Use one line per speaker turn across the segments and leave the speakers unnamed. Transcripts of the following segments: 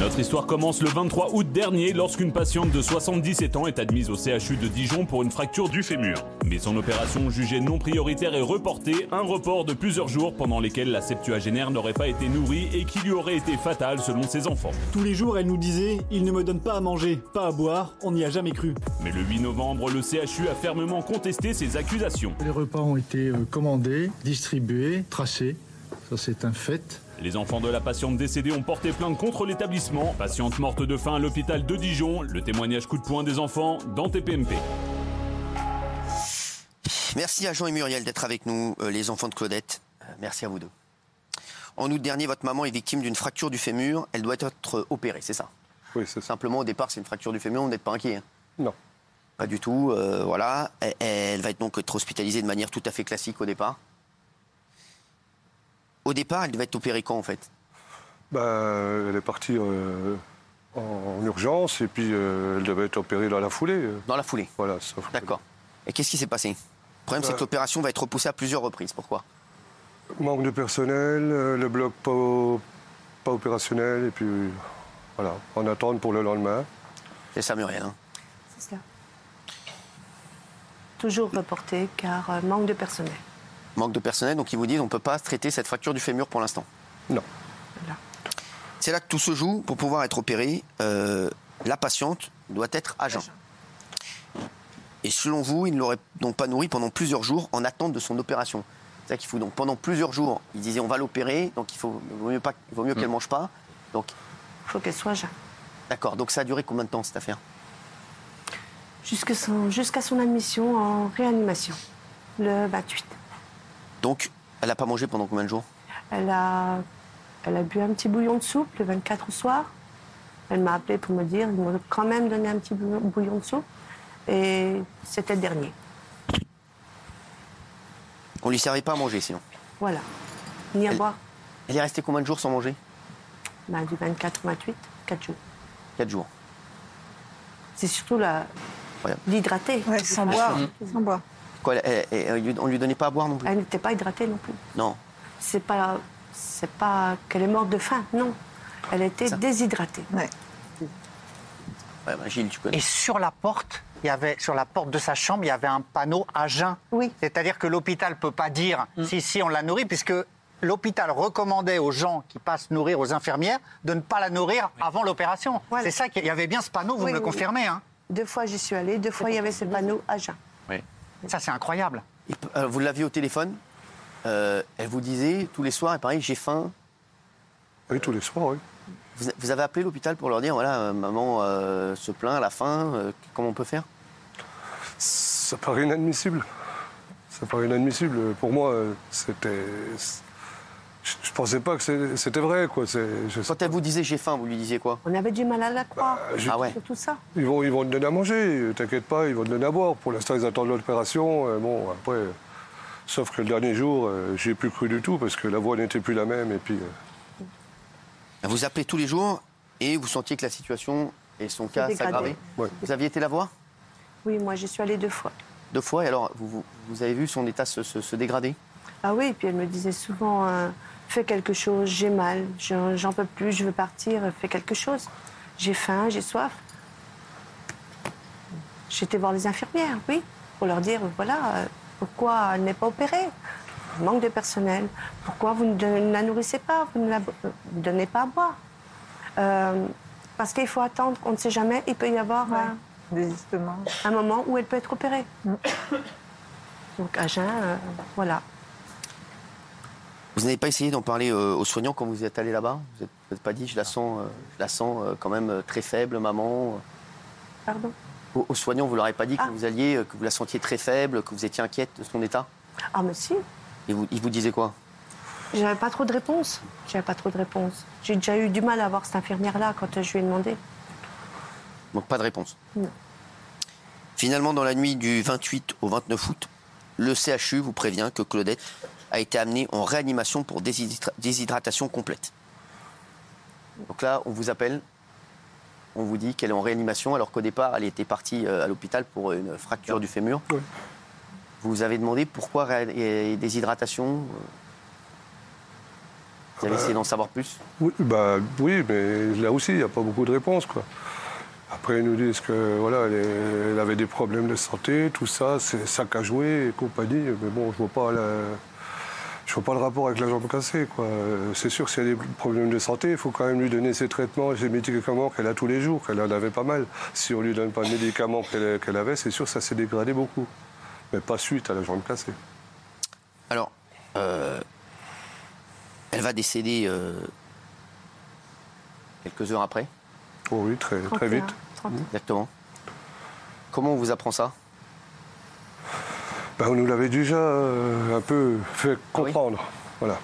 Notre histoire commence le 23 août dernier lorsqu'une patiente de 77 ans est admise au CHU de Dijon pour une fracture du fémur. Mais son opération jugée non prioritaire est reportée, un report de plusieurs jours pendant lesquels la septuagénaire n'aurait pas été nourrie et qui lui aurait été fatale selon ses enfants.
Tous les jours, elle nous disait Il ne me donne pas à manger, pas à boire, on n'y a jamais cru.
Mais le 8 novembre, le CHU a fermement contesté ces accusations.
Les repas ont été euh, commandés, distribués, tracés. Ça, c'est un fait.
Les enfants de la patiente décédée ont porté plainte contre l'établissement. Patiente morte de faim à l'hôpital de Dijon, le témoignage coup de poing des enfants dans TPMP.
Merci à Jean et Muriel d'être avec nous, euh, les enfants de Claudette. Euh, Merci à vous deux. En août dernier, votre maman est victime d'une fracture du fémur. Elle doit être opérée, c'est ça
Oui, c'est ça.
Simplement, au départ, c'est une fracture du fémur, vous n'êtes pas inquiet. hein
Non.
Pas du tout, euh, voilà. Elle, elle va être donc être hospitalisée de manière tout à fait classique au départ. Au départ, elle devait être opérée quand, en fait
Bah, elle est partie euh, en, en urgence et puis euh, elle devait être opérée dans la foulée. euh.
Dans la foulée.
Voilà, sauf que-
D'accord. Et qu'est-ce qui s'est passé Le problème, c'est
Euh.
que l'opération va être repoussée à plusieurs reprises. Pourquoi
Manque de personnel, euh, le bloc pas, o- pas opérationnel et puis euh, voilà, en attente pour le lendemain.
C'est ça, Muriel. hein.
C'est cela. Toujours reporté car euh, manque de personnel.
Manque de personnel, donc ils vous disent on ne peut pas traiter cette fracture du fémur pour l'instant.
Non.
Voilà.
C'est là que tout se joue. Pour pouvoir être opérée, euh, la patiente doit être à jeun. Et selon vous, ils ne l'auraient donc pas nourrie pendant plusieurs jours en attente de son opération. C'est ça qu'il faut. Donc pendant plusieurs jours, ils disaient on va l'opérer, donc il, faut, il vaut mieux, pas- il vaut mieux qu'elle ne mange pas. Donc,
Faut qu'elle soit jeune.
d'accord. Donc ça a duré combien de temps cette affaire
Jusque son- Jusqu'à son admission en réanimation, le 28.
Donc elle n'a pas mangé pendant combien de jours
Elle a, elle a bu un petit bouillon de soupe le 24 au soir. Elle m'a appelé pour me dire, ils m'ont quand même donné un petit bouillon- bouillon de soupe. Et c'était le dernier.
On lui servait pas à manger sinon.
Voilà. Ni à
Elle-
boire.
Elle est restée combien de jours sans manger
Bah, du 24 au 28, 4 jours.
4 jours.
C'est surtout la...
Incroyable.
l'hydrater.
Ouais, sans
Ah.
boire.
Mmh.
Sans boire.
Quoi, elle- elle- elle- on lui- on lui donnait pas à boire non plus
Elle n'était pas hydratée non plus.
Non.
C'est pas, c'est pas qu'elle est morte de faim, non. Elle était
Ça.
déshydratée.
Ouais.
Ouais, bah, Gilles, tu connais.
Et sur la porte, il y avait sur la porte de sa chambre, il y avait un panneau à jeun.
Oui.
C'est-à-dire que l'hôpital peut pas dire
Mmh.
si si on la nourrit puisque l'hôpital recommandait aux gens qui passent nourrir aux infirmières de ne pas la nourrir avant l'opération.
Voilà.
C'est ça qu'il y avait bien ce panneau, vous
Oui,
me le
oui, oui.
confirmez hein
Deux fois j'y suis allée, deux fois il y avait ce panneau à jeun.
Ça c'est incroyable.
Et, euh, vous l'aviez au téléphone. euh, elle vous disait tous les soirs, et pareil, j'ai faim.
Oui, tous les soirs, oui.
Vous, vous avez appelé l'hôpital pour leur dire voilà, euh, maman euh, se plaint à la faim, euh, comment on peut faire
Ça paraît inadmissible. Ça paraît inadmissible. Pour moi, euh, c'était. Je je pensais pas que c'est- c'était vrai, quoi. C'est- je-
Quand elle vous disait j'ai faim, vous lui disiez quoi
On avait du mal à la croire.
je-
Ah ouais.
C'est tout ça.
Ils vont, ils vont te donner à manger, euh, t'inquiète pas, ils vont te donner à boire. Pour l'instant, ils attendent l'opération. euh, Bon, après, euh, sauf que le dernier jour, euh, j'ai plus cru du tout parce que la voix n'était plus la même. Et puis, euh,
Vous appelez tous les jours et vous sentiez que la situation et son cas
dégradé.
s'aggravaient.
Ouais.
Vous aviez été la voir
Oui, moi j'y suis allée deux fois.
deux fois, et alors vous, vous- vous avez vu son état se, se- se dégrader
Ah oui, et puis elle me disait souvent euh, fais quelque chose, j'ai mal, je- j'en peux plus, je veux partir, fais quelque chose. J'ai faim, j'ai soif. J'étais voir les infirmières, oui, pour leur dire voilà, euh, pourquoi elle n'est pas opérée Manque de personnel. Pourquoi vous ne don- ne la nourrissez pas Vous ne la bo- euh, vous ne donnez pas à boire Euh, Parce qu'il faut attendre, on ne sait jamais, il peut y avoir un-
Désistement.
un, moment où elle peut être opérée. Donc, à jeun, euh, voilà.
Vous n'avez pas essayé d'en parler euh, aux soignants quand vous êtes allé là-bas Vous n'avez pas dit je la sens, euh, je la sens euh, quand même euh, très faible, maman euh,
Pardon
Aux, aux soignants, vous leur avez pas dit
Ah.
que vous alliez, euh, que vous la sentiez très faible, que vous étiez inquiète de son état
Ah, mais si,
Et vous, ils vous disaient quoi
j'avais pas trop de réponses. J'avais pas trop de réponses. J'ai déjà eu du mal à voir cette infirmière-là quand euh, je lui ai demandé.
Donc pas de réponse.
Non.
Finalement, dans la nuit du 28 au 29 août, le CHU vous prévient que Claudette a été amenée en réanimation pour déshydra- déshydratation complète. Donc là, on vous appelle, on vous dit qu'elle est en réanimation, alors qu'au départ, elle était partie euh, à l'hôpital pour une fracture du fémur.
Oui.
Vous avez demandé pourquoi ré- et- et déshydratation euh, Vous avez essayé d'en savoir plus
Oui, bah, oui, mais là aussi, il n'y a pas beaucoup de réponses. Quoi. Après, ils nous disent que voilà, elle, est- elle avait des problèmes de santé, tout ça, c'est sac à jouer et compagnie. Mais bon, je vois pas la- Je vois pas le rapport avec la jambe cassée. quoi. Euh, C'est sûr que s'il y a des problèmes de santé, il faut quand même lui donner ses traitements et ses médicaments qu'elle a tous les jours, qu'elle en avait pas mal. Si on lui donne pas de médicaments qu'elle qu'elle avait, c'est sûr que ça s'est dégradé beaucoup. Mais pas suite à la jambe cassée.
Alors, euh, elle va décéder euh, quelques heures après,
Oh oui, très, très
31,
vite.
31.
exactement. Comment on vous apprend ça
Ben, on nous l'avait déjà euh, un peu fait comprendre. Voilà.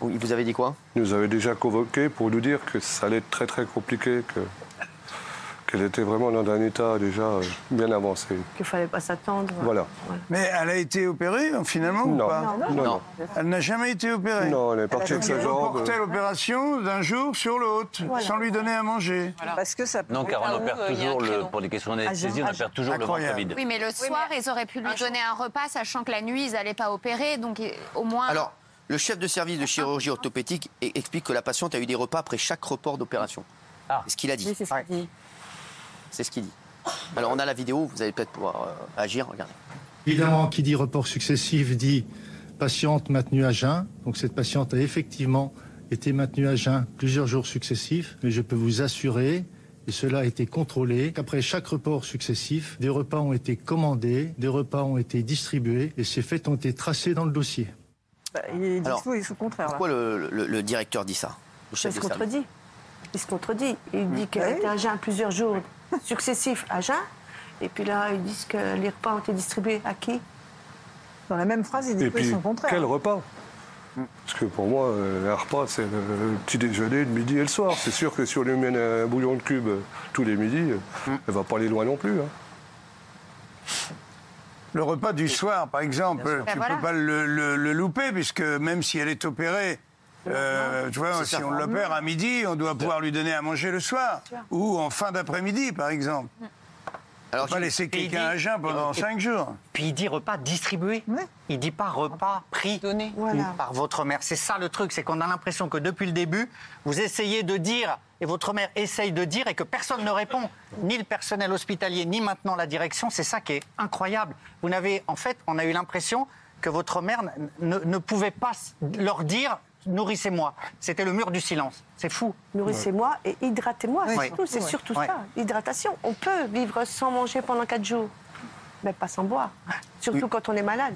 Oui, Vous avez dit quoi
Ils nous avait déjà convoqués pour nous dire que ça allait être très très compliqué, que, qu'elle était vraiment dans un état déjà euh, bien avancé.
Qu'il fallait pas s'attendre.
Voilà.
Mais elle a été opérée euh, finalement ou
Non,
pas
non, non.
Non.
Elle n'a jamais été opérée.
Non, elle est partie avec sa
Elle
jambe.
reportait l'opération d'un jour sur l'autre,
Voilà.
sans lui donner à manger.
Parce que ça peut
Non, car on
être un
opère
homme, il y a un
toujours, le,
créneau.
pour des questions d'anesthésie,
Ah,
on
ah,
opère toujours
incroyable.
le ventre
Oui,
vide.
mais le soir, ils auraient pu lui donner un repas, sachant que la nuit, ils n'allaient pas opérer. Donc, i- au moins.
Alors, le chef de service de chirurgie orthopédique e- explique que la patiente a eu des repas après chaque report d'opération.
Ah.
C'est ce qu'il a dit.
Oui, c'est ce qu'il dit.
C'est ce qu'il dit. Alors, on a la vidéo, vous allez peut-être pouvoir euh, agir. Regardez.
Évidemment, qui dit report successif dit patiente maintenue à jeun. Donc cette patiente a effectivement été maintenue à jeun plusieurs jours successifs, mais je peux vous assurer, et cela a été contrôlé, qu'après chaque report successif, des repas ont été commandés, des repas ont été distribués, et ces faits ont été tracés dans le dossier.
Bah, Il dit
Ah. Alors,
tout et tout le contraire. là.
Pourquoi le, le- le directeur dit ça le
Il
chef
se
de service
contredit. Il se contredit. Il dit qu'elle
oui.
était à jeun plusieurs jours successifs à jeun. Et puis là, ils disent que les repas ont été distribués à qui
Dans la même phrase, il dit
Et
tout et
puis,
son contraire.
quel repas Parce que pour moi, euh, un repas, c'est le le petit déjeuner, le midi et le soir. C'est sûr que si on lui mène un bouillon de cube euh, tous les midis, euh, elle va pas aller loin non plus. hein.
Le repas du soir, par exemple, tu
Ben
ne
voilà.
peux pas le, le- le louper, puisque même si elle est opérée, euh, tu vois, si on l'opère à midi, on doit pouvoir lui donner à manger le soir, ou en fin d'après-midi, par exemple.
Alors,
Pas
j'ai-
Ah, laisser
il
quelqu'un
dit-
à jeun pendant
et-
cinq jours.
Puis il dit repas distribué.
Ouais.
Il dit pas repas pris
Donné.
Voilà.
par votre mère. C'est ça le truc, c'est qu'on a l'impression que depuis le début, vous essayez de dire, et votre mère essaye de dire, et que personne ne répond. Ni le personnel hospitalier, ni maintenant la direction. C'est ça qui est incroyable. Vous n'avez, en fait, on a eu l'impression que votre mère n- ne, ne pouvait pas s- leur dire nourrissez-moi. C'était le mur du silence. C'est fou.
Nourrissez-moi et hydratez-moi,
Oui,
c'est tout. C'est
ouais.
surtout
Ouais.
ça. L'hydratation. On peut vivre sans manger pendant quatre jours, mais pas sans boire. Surtout quand on est malade.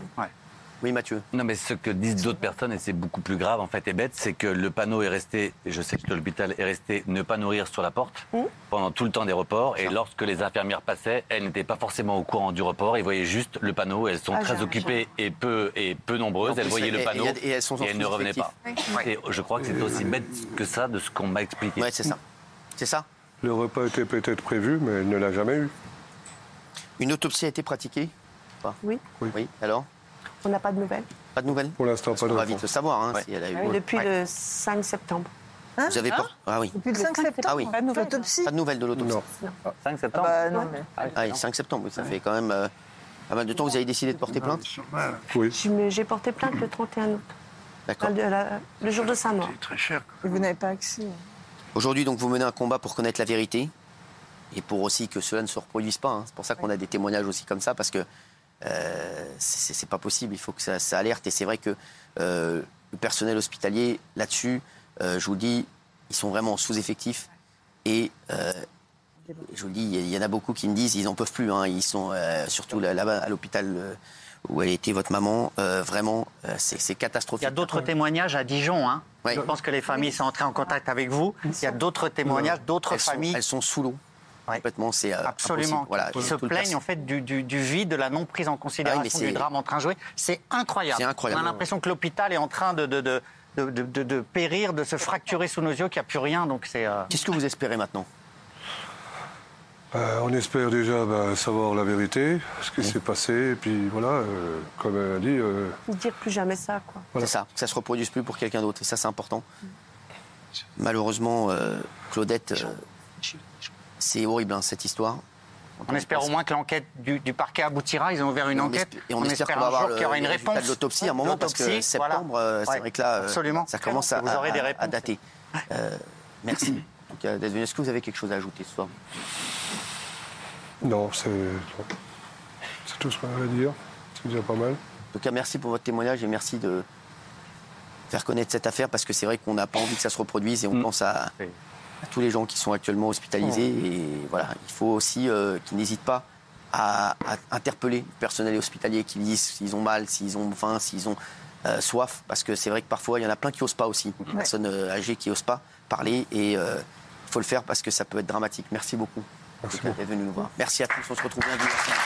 Oui, Mathieu.
Non, mais ce que disent d'autres personnes, et c'est beaucoup plus grave en fait et bête, c'est que le panneau est resté, et je sais que l'hôpital est resté ne pas nourrir sur la porte pendant tout le temps des reports. Et lorsque les infirmières passaient, elles n'étaient pas forcément au courant du report. Elles voyaient juste le panneau. Elles sont
Ah, j'ai
très
un
occupées et peu, et peu
En
nombreuses.
plus,
Elles voyaient
et-
le
et-
panneau
et elles- et elles sont en
ne revenaient pas.
sous-effectif.
Et je crois que c'est aussi bête que ça de ce qu'on m'a expliqué.
Ouais, c'est ça. C'est ça.
Le repas était peut-être prévu, mais elle ne l'a jamais eu.
Une autopsie a été pratiquée Pas.
Oui.
oui. alors
On n'a pas de nouvelles.
Pas de nouvelles
Pour l'instant, pas
On
de
va
réponse.
vite le savoir hein,
Ouais.
si elle a eu.
Ah Depuis le 5 septembre.
Hein
Vous avez
Hein
pas Ah oui.
Depuis le 5 septembre,
Ah oui.
pas de nouvelle autopsie.
Pas de nouvelles de l'autopsie.
Non.
5
Ah
septembre
bah non, mais...
Ah oui, 5 septembre, oui, ça fait quand même euh, pas mal de temps. Vous avez décidé de porter plainte
Voilà.
Oui.
Je me- J'ai porté plainte le 31 août,
D'accord.
le- la- le jour de sa mort.
C'est très cher.
Et vous n'avez pas accès.
Aujourd'hui, donc, vous menez un combat pour connaître la vérité et pour aussi que cela ne se reproduise pas. hein. C'est pour ça qu'on a des témoignages aussi comme ça, parce que euh, c'est c'est pas possible. Il faut que ça, ça alerte. Et c'est vrai que euh, le personnel hospitalier, là-dessus, euh, je vous le dis, ils sont vraiment sous-effectifs. Et euh, je vous le dis, il y- il y en a beaucoup qui me disent, ils n'en peuvent plus. hein. Ils sont euh, surtout là- là-bas, à l'hôpital euh, où elle était votre maman. Euh, vraiment, euh, c'est c'est
Il y
catastrophique.
a d'autres témoignages à Dijon. Hein.
Ouais.
Je pense que les familles sont entrées en contact avec vous. Il y a d'autres témoignages, d'autres
Elles sont,
familles.
elles sont sous l'eau.
Ouais.
Complètement, c'est euh,
Absolument.
impossible. Voilà,
qui se
tout le
plaignent
perso-
en fait du, du- du vide, de la non prise en
Ah oui,
considération
mais c'est-
du drame en train de jouer. C'est incroyable.
C'est incroyable.
On a l'impression que l'hôpital est en train de, de, de, de, de- de- de périr, de se fracturer sous nos yeux, qu'il n'y a plus rien. Donc c'est. euh,
Qu'est-ce que vous espérez maintenant
Euh, on espère déjà ben, savoir la vérité, ce qui s'est passé, et puis voilà, euh, comme elle a dit, euh,
Ne dire plus jamais ça, quoi.
Voilà.
C'est ça, que ça se reproduise plus pour quelqu'un d'autre. Et ça, c'est important. Malheureusement, euh, Claudette, euh, c'est horrible, hein, cette histoire.
On espère au moins que l'enquête du, du parquet aboutira. Ils ont ouvert une
Et on
enquête.
espère- et on espère qu'on va
un
avoir
jour
le-
qu'il y aura une
le résultat
réponse.
de l'autopsie à un moment, parce que
L'autopsie, voilà.
septembre, euh, c'est
Ouais,
vrai que là, euh,
absolument.
ça commence à,
Vous aurez
à-
des
à
réponses.
dater. Euh, merci. En tout cas, d'être venu. Est-ce que vous avez quelque chose à ajouter ce soir
Non, c'est c'est tout ce qu'on avait à dire. C'est déjà pas mal.
En tout cas, merci pour votre témoignage et merci de faire connaître cette affaire parce que c'est vrai qu'on n'a pas envie que ça se reproduise et on pense à, à tous les gens qui sont actuellement hospitalisés. Et voilà, il faut aussi euh, qu'ils n'hésitent pas à, à interpeller le personnel hospitalier, qu'ils disent s'ils ont mal, s'ils ont faim, s'ils ont euh, soif. Parce que c'est vrai que parfois, il y en a plein qui n'osent pas aussi. Des personnes euh, âgées qui n'osent pas parler et euh, il faut le faire parce que ça peut être dramatique. Merci beaucoup en tout cas, d'être venu nous voir. Merci à tous. On se retrouve lundi. Merci.